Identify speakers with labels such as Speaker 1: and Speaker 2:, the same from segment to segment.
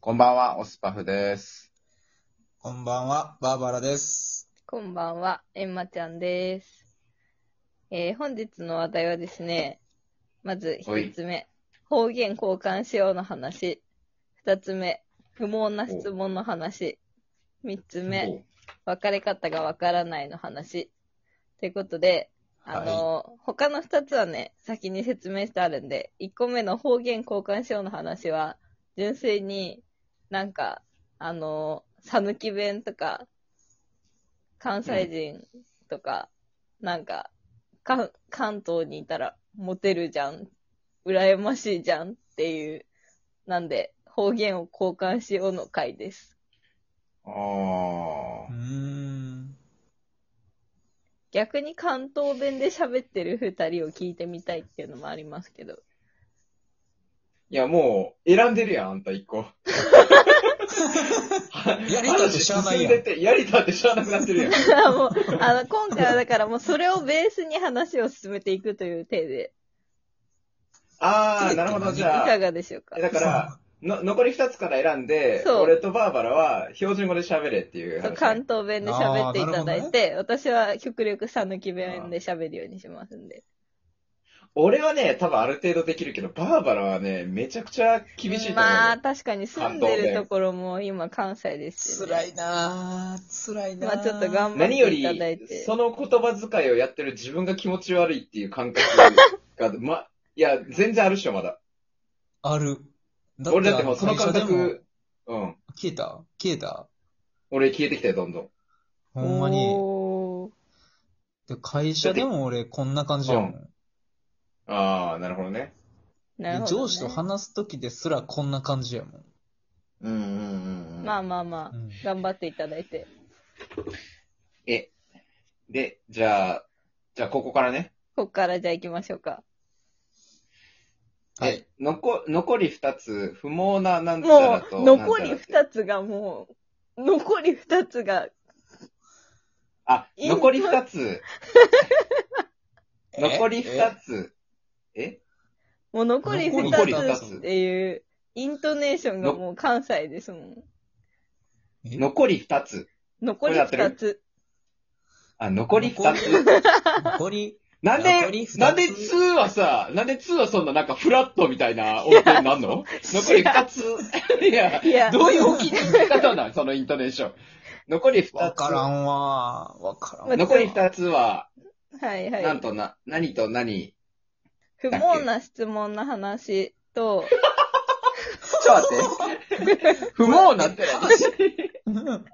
Speaker 1: こんばんは、オスパフです。
Speaker 2: こんばんは、バーバラです。
Speaker 3: こんばんは、えんまちゃんです。えー本日の話題はですね、まず一つ目、方言交換しようの話。二つ目、不毛な質問の話。三つ目、別れ方がわからないの話。ということで、あの、他の二つはね、先に説明してあるんで、一個目の方言交換しようの話は、純粋になんか、あの、さぬき弁とか、関西人とか、なんか、か関東にいたらモテるじゃん、羨ましいじゃんっていう、なんで、方言を交換しようの回です。
Speaker 1: お
Speaker 2: うー
Speaker 1: ー
Speaker 2: ん。
Speaker 3: 逆に関東弁で喋ってる二人を聞いてみたいっていうのもありますけど。
Speaker 1: いや、もう、選んでるやん、あんた一個。
Speaker 2: やりたってしゃあないやん
Speaker 1: 話進んでてやりたってしゃあ なくなってるやん。
Speaker 3: もう、あの、今回はだからもうそれをベースに話を進めていくという体で、
Speaker 1: あー、なるほど、じ
Speaker 3: い
Speaker 1: ゃあ
Speaker 3: か。がでしょうか
Speaker 1: え。だから、の残り2つから選んで、
Speaker 3: そう
Speaker 1: 俺とバーバラは標準語で喋れっていう
Speaker 3: そう
Speaker 1: 話。
Speaker 3: 関東弁で喋っていただいて、私は極力さぬき弁で喋るようにしますんで。
Speaker 1: 俺はね、多分ある程度できるけど、バーバラはね、めちゃくちゃ厳しいと思うよ。
Speaker 3: まあ、確かに住んでるところも今関西ですしね、
Speaker 2: 辛いなぁ、辛いなぁ。
Speaker 3: まあちょっと頑張っ
Speaker 1: 何よ
Speaker 3: ていただい
Speaker 1: り
Speaker 3: て、。
Speaker 1: その言葉遣いをやってる自分が気持ち悪いっていう感覚が、 ま、いや、全然あるっしょ、まだ。
Speaker 2: ある。だ
Speaker 1: 俺だってもうその感
Speaker 2: 会社でも
Speaker 1: 覚、うん。
Speaker 2: 消えた消えた
Speaker 1: 俺消えてきたよ、どんどん。
Speaker 2: ほんまに。
Speaker 3: おー
Speaker 2: で会社でも俺こんな感じやもん。
Speaker 1: ああ、なるほどね。
Speaker 3: なるほど、ね。
Speaker 2: 上司と話す時ですらこんな感じやもん。
Speaker 1: うんうん
Speaker 3: まあまあまあ、
Speaker 2: うん
Speaker 3: 頑張っていただいて。
Speaker 1: え、で、じゃあ、じゃあここからね。
Speaker 3: ここからじゃあ行きましょうか。
Speaker 1: で
Speaker 2: はい。
Speaker 1: 残、残り二つ、不毛ななんちゃ
Speaker 3: も
Speaker 1: らと。
Speaker 3: う、残り
Speaker 1: なんちゃらって
Speaker 3: 二つがもう、残り二つが
Speaker 1: あ、残り二つ。残り二つ。え
Speaker 3: もう残り
Speaker 1: 残り
Speaker 3: 2
Speaker 1: 二
Speaker 3: つ
Speaker 1: つ
Speaker 3: っていう、イントネーションがもう関西ですもん。
Speaker 2: え
Speaker 1: 残り二つ。
Speaker 3: 残
Speaker 1: こ
Speaker 3: り
Speaker 1: れやってる
Speaker 3: 2つ。
Speaker 1: あ、残り二つ。
Speaker 2: 残り、
Speaker 1: なん
Speaker 2: 残り
Speaker 1: で
Speaker 2: 二、つ
Speaker 1: なんで2はさ、なんで2はそんななんかフラットみたいな音程になん の残り2つ。いや、
Speaker 3: い や、
Speaker 1: どういう置き方なんそのイントネーション。残り2
Speaker 2: わから
Speaker 1: つ。
Speaker 2: んわー。わ からんわ。
Speaker 1: 残り2つは、
Speaker 3: はいはい。
Speaker 1: なんとな、何と何。
Speaker 3: 不毛な質問の話 と、
Speaker 1: ちょっと待って。不毛なんて
Speaker 2: うん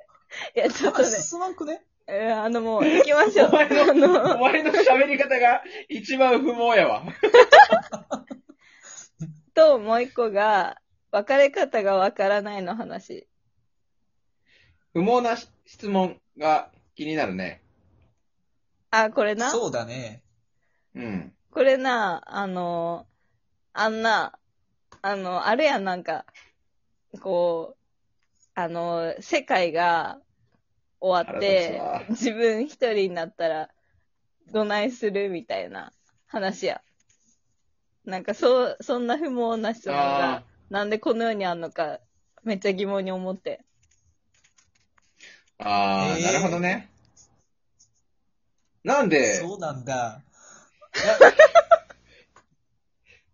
Speaker 3: いや、ちょっとね
Speaker 2: 話、進まんくね
Speaker 3: えーあのもう、行きましょう。
Speaker 1: お前の
Speaker 3: あの、
Speaker 1: お前の喋り方が一番不毛やわ。
Speaker 3: と、もう一個が、別れ方がわからないの話。
Speaker 1: 不毛な質問が気になるね。
Speaker 3: あ、これな。
Speaker 2: そうだね。
Speaker 1: うん。
Speaker 3: これな、あの、あんな、あの、あれやん、なんか、こう、あの、世界が終わっ
Speaker 1: 腹立
Speaker 3: て
Speaker 1: つわ、
Speaker 3: 自分一人になったら、どないするみたいな話や。なんか、そう、そんな不毛な質問
Speaker 1: あ
Speaker 3: が、なんでこの世にあんのか、めっちゃ疑問に思って。
Speaker 1: あー、
Speaker 2: えー
Speaker 1: なるほどね。なんで、
Speaker 2: そうなんだ。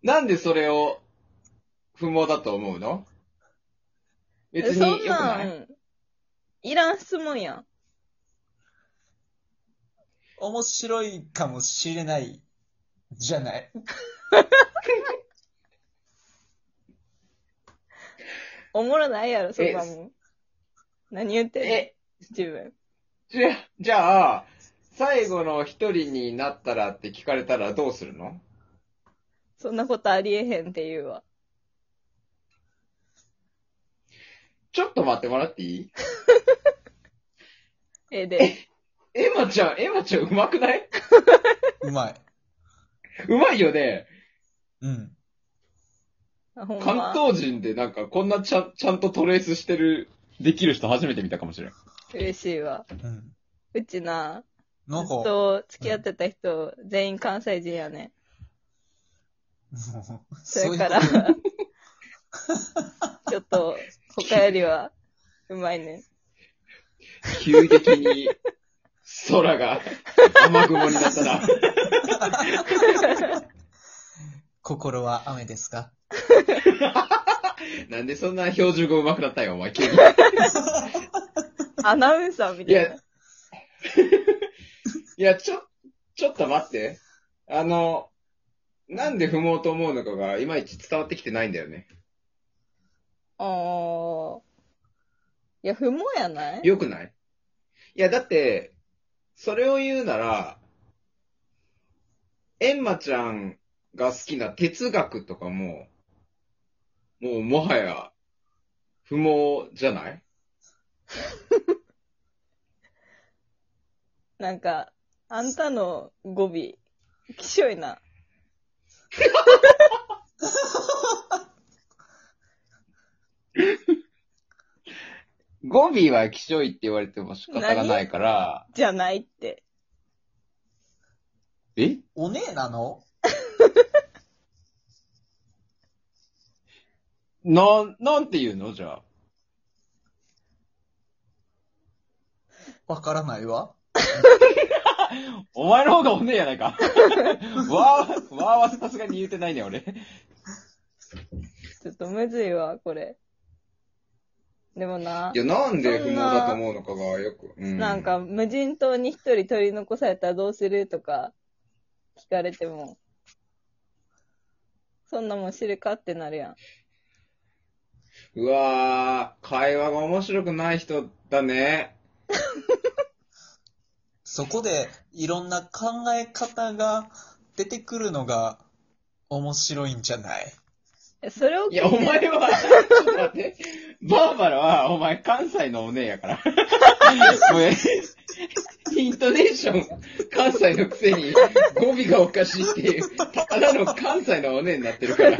Speaker 1: なんでそれを不毛だと思うの別
Speaker 3: そ
Speaker 1: に
Speaker 3: ん
Speaker 1: 良く
Speaker 3: な
Speaker 1: ない
Speaker 3: ん、いらん質問やん。
Speaker 2: 面白いかもしれない、じゃない。
Speaker 3: おもろないやろ、そこはもう。何言ってんの
Speaker 1: え、
Speaker 3: 自分。
Speaker 1: じゃ、じゃあ、最後の一人になったらって聞かれたらどうするの
Speaker 3: そんなことありえへんって言うわ。
Speaker 1: ちょっと待ってもらっていい
Speaker 3: え、で、
Speaker 1: エマちゃん、エマちゃんうまくないう
Speaker 2: まい。
Speaker 1: うまいよね。
Speaker 2: うん。
Speaker 3: あほん
Speaker 1: 関。
Speaker 3: ま
Speaker 1: 東人でなんかこんなちゃんちゃんとトレースしてる、できる人初めて見たかもしれん。
Speaker 3: 嬉しいわ。
Speaker 2: うん。
Speaker 3: うちな、ず
Speaker 2: なん
Speaker 3: っ
Speaker 2: か、も
Speaker 3: と付き合ってた人、全員関西人やね。
Speaker 2: う
Speaker 3: そ
Speaker 2: そうい
Speaker 3: れ
Speaker 2: う
Speaker 3: か
Speaker 2: こ
Speaker 3: ら、
Speaker 2: と
Speaker 3: ちょっと、他カよりは、うまいね。
Speaker 1: 急激に空が雨雲になったな。
Speaker 2: 心は雨ですか
Speaker 1: なんでそんな標準語上手くなったんよ、お前急に。
Speaker 3: アナウンサーみ
Speaker 1: い
Speaker 3: たい
Speaker 1: や
Speaker 3: な。、
Speaker 1: いや、ちょ、ちょっと待って。あの、なんで踏もうと思うのかが、いまいち伝わってきてないんだよね。
Speaker 3: あー。いや、不毛やない
Speaker 1: よくないいや、だって、それを言うなら、エンマちゃんが好きな哲学とかも、もうもはや、不毛じゃない
Speaker 3: なんか、あんたの語尾、きしょいな。
Speaker 1: 語尾はきしょいって言われても仕方がないから、
Speaker 3: じゃないって。
Speaker 1: え
Speaker 2: お姉なの
Speaker 1: なん、なんて言うのじゃあ。
Speaker 2: わからないわ。
Speaker 1: お前の方がおんねえやない か。わー、わーわせさすがに言うてないね、俺。
Speaker 3: ちょっとむずいわ、これ。でもな。
Speaker 1: いや、なんで
Speaker 3: そ
Speaker 1: 不
Speaker 3: ん
Speaker 1: 毛
Speaker 3: な
Speaker 1: だと思うのかがよく。う
Speaker 3: なん、か、無人島に一人取り残されたらどうするとか、聞かれても、そんなもん知るかってなるやん。
Speaker 1: うわー、会話が面白くない人だね。
Speaker 2: そこでいろんな考え方が出てくるのが面白いんじゃない
Speaker 3: えそれを聞い
Speaker 1: い
Speaker 3: て
Speaker 1: や、お前は、ちょっと待って。バーバラは、お前関西のお姉やから。ごめん。イントネーション、関西のくせに語尾がおかしいっていう、ただの関西のお姉になってる から。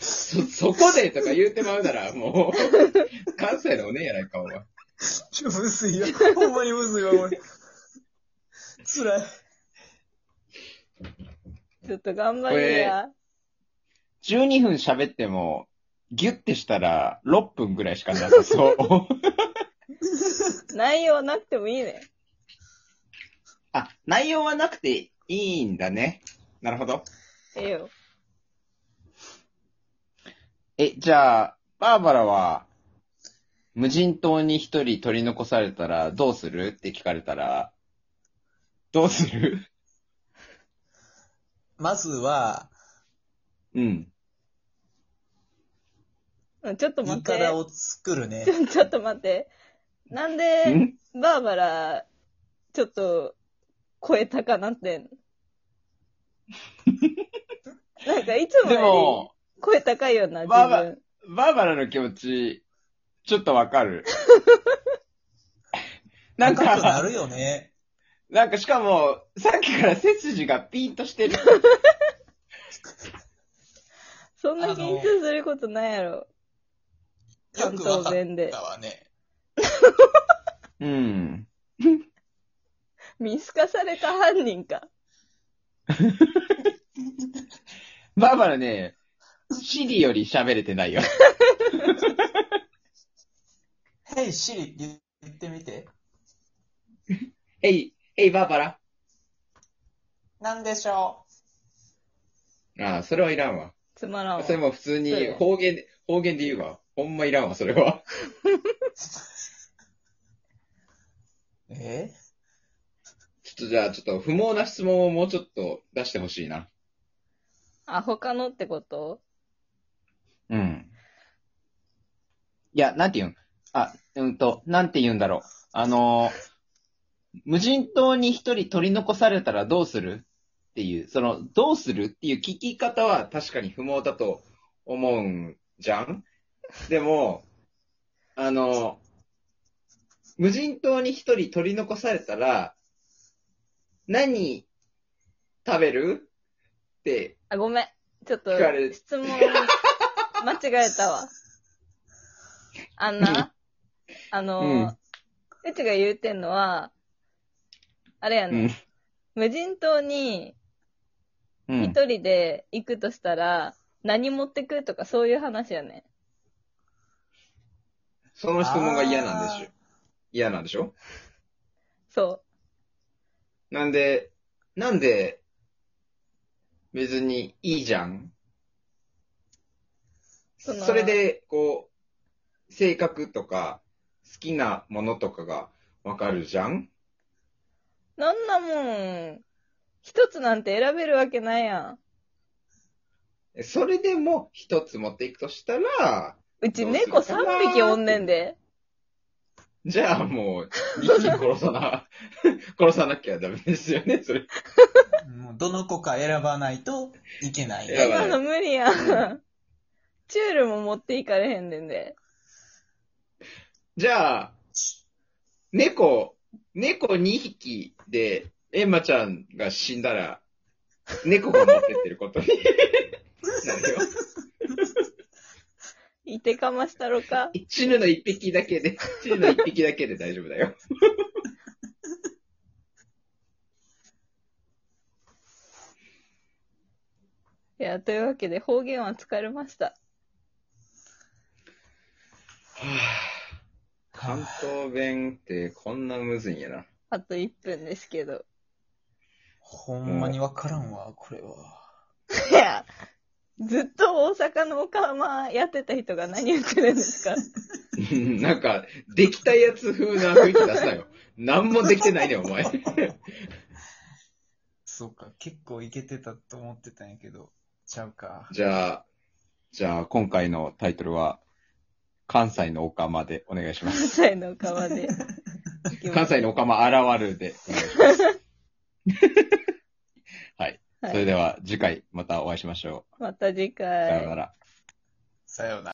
Speaker 1: そ、そこでとか言うてまうなら、もう、関西のお姉やないか、お前。
Speaker 2: ちょ、むず いよ。ほんまにむずいわ、俺。辛い。
Speaker 3: ちょっと頑張りや。
Speaker 1: 12分喋っても、ギュッてしたら6分ぐらいしかなさそう。
Speaker 3: 内容なくてもいいね。
Speaker 1: あ、内容はなくていいんだね。なるほど。
Speaker 3: ええよ。
Speaker 1: え、じゃあ、バーバラは、無人島に一人取り残されたらどうするって聞かれたら、どうする
Speaker 2: まずは、
Speaker 1: うん。
Speaker 3: うんちょっと待
Speaker 2: イ
Speaker 3: って
Speaker 2: カ。ダを作るね
Speaker 3: ち。ょ ちょっと待って。なんで、
Speaker 1: ん
Speaker 3: バーバラ、ちょっと、超えたかなっ てん。なんか、いつも
Speaker 1: で
Speaker 3: よ
Speaker 1: も、
Speaker 3: り声高いよな、自
Speaker 1: バーバ
Speaker 3: 分。
Speaker 1: バーバラの気持ち、ちょっとわか る。なん
Speaker 2: 高くな
Speaker 1: か、
Speaker 2: るよね。
Speaker 1: なんかしかも、さっきから背筋がピンとしてる。
Speaker 3: そんな緊張することないやろ。
Speaker 2: よ
Speaker 3: 関
Speaker 2: くわ
Speaker 3: 東
Speaker 2: かっ
Speaker 3: 弁で
Speaker 2: た。わね。
Speaker 1: うん。
Speaker 3: 見透かされた犯人か。
Speaker 1: バーバラね、シリより喋れてない よ。
Speaker 2: ヘイ、シリ、言ってみて。
Speaker 1: えい、えい、バーバラ。
Speaker 2: なんでしょ
Speaker 1: ああ、それはいらんわ。
Speaker 3: つまらんわ
Speaker 1: そ。れも普通に方言で、方言で言うわ。ほんまいらんわ、それは。
Speaker 2: うえ
Speaker 1: ちょっとじゃあ、ちょっと不毛な質問をもうちょっと出してほしいな。
Speaker 3: あ、他のってこと
Speaker 1: うん。いや、なんて言うんあ、うんと、なんて言うんだろう。あのー無人島に一人取り残されたらどうするっていう、その、どうするっていう聞き方は確かに不毛だと思うんじゃんでも、あのー無人島に一人取り残されたら、何食べるって
Speaker 3: あ、ごめん。ちょっと
Speaker 1: 聞かれ、る
Speaker 3: 質問、間違えたわ。あんな、あの、うちが言うてんのは、あれやね、無人島に
Speaker 1: うん。うん
Speaker 3: 一人で行くとしたら、何持ってくとかそういう話やね。
Speaker 1: その質問が嫌なんでしょ
Speaker 2: あー。
Speaker 1: 嫌なんでしょ
Speaker 3: そ
Speaker 1: なんで、なんで、別にいいじゃん
Speaker 3: その
Speaker 1: それで、こう、性格とか、好きなものとかがわかるじゃん
Speaker 3: う。なんなもん、一つなんて選べるわけないやん。
Speaker 1: それでも一つ持っていくとしたら、
Speaker 3: うち猫
Speaker 1: どうするかなーっ
Speaker 3: 3
Speaker 1: て
Speaker 3: 匹おんねんで。
Speaker 1: じゃあもう、一匹殺さな、殺さなきゃダメですよね、それ。
Speaker 2: もうどの子か選ばないといけない。
Speaker 1: 選ばない
Speaker 3: 今の無理や。
Speaker 1: うん
Speaker 3: チュールも持っていかれへんねんで。
Speaker 1: じゃあ、猫、猫2匹で、エンマちゃんが死んだら、猫が持ってってることになるよ。
Speaker 3: いてかましたろか。
Speaker 1: チヌの1匹だけで、チヌの1匹だけで大丈夫だよ。
Speaker 3: いや、というわけで方言は疲れました。
Speaker 1: 関東弁ってこんなむずいんやな。
Speaker 3: あと1分ですけど。
Speaker 2: ほんまにわからんわ、これは。
Speaker 3: いや、ずっと大阪のオカマやってた人が何言ってるんで すか
Speaker 1: なんか、できたやつ風な雰囲気出すなよ。なんもできてないね、お前。
Speaker 2: そうか、結構いけてたと思ってたんやけど、ちゃうか。
Speaker 1: じゃあ、じゃあ今回のタイトルは、関西のオカマでお願いしま
Speaker 3: 関
Speaker 1: す。
Speaker 3: 西のオカマで。
Speaker 1: 関西のオカマ現るでお願いします。はい。
Speaker 3: は
Speaker 1: そ
Speaker 3: い
Speaker 1: れでは次回またお会いしましょ
Speaker 3: また次
Speaker 1: う。
Speaker 3: 回。
Speaker 1: さようなら。
Speaker 2: さようなら。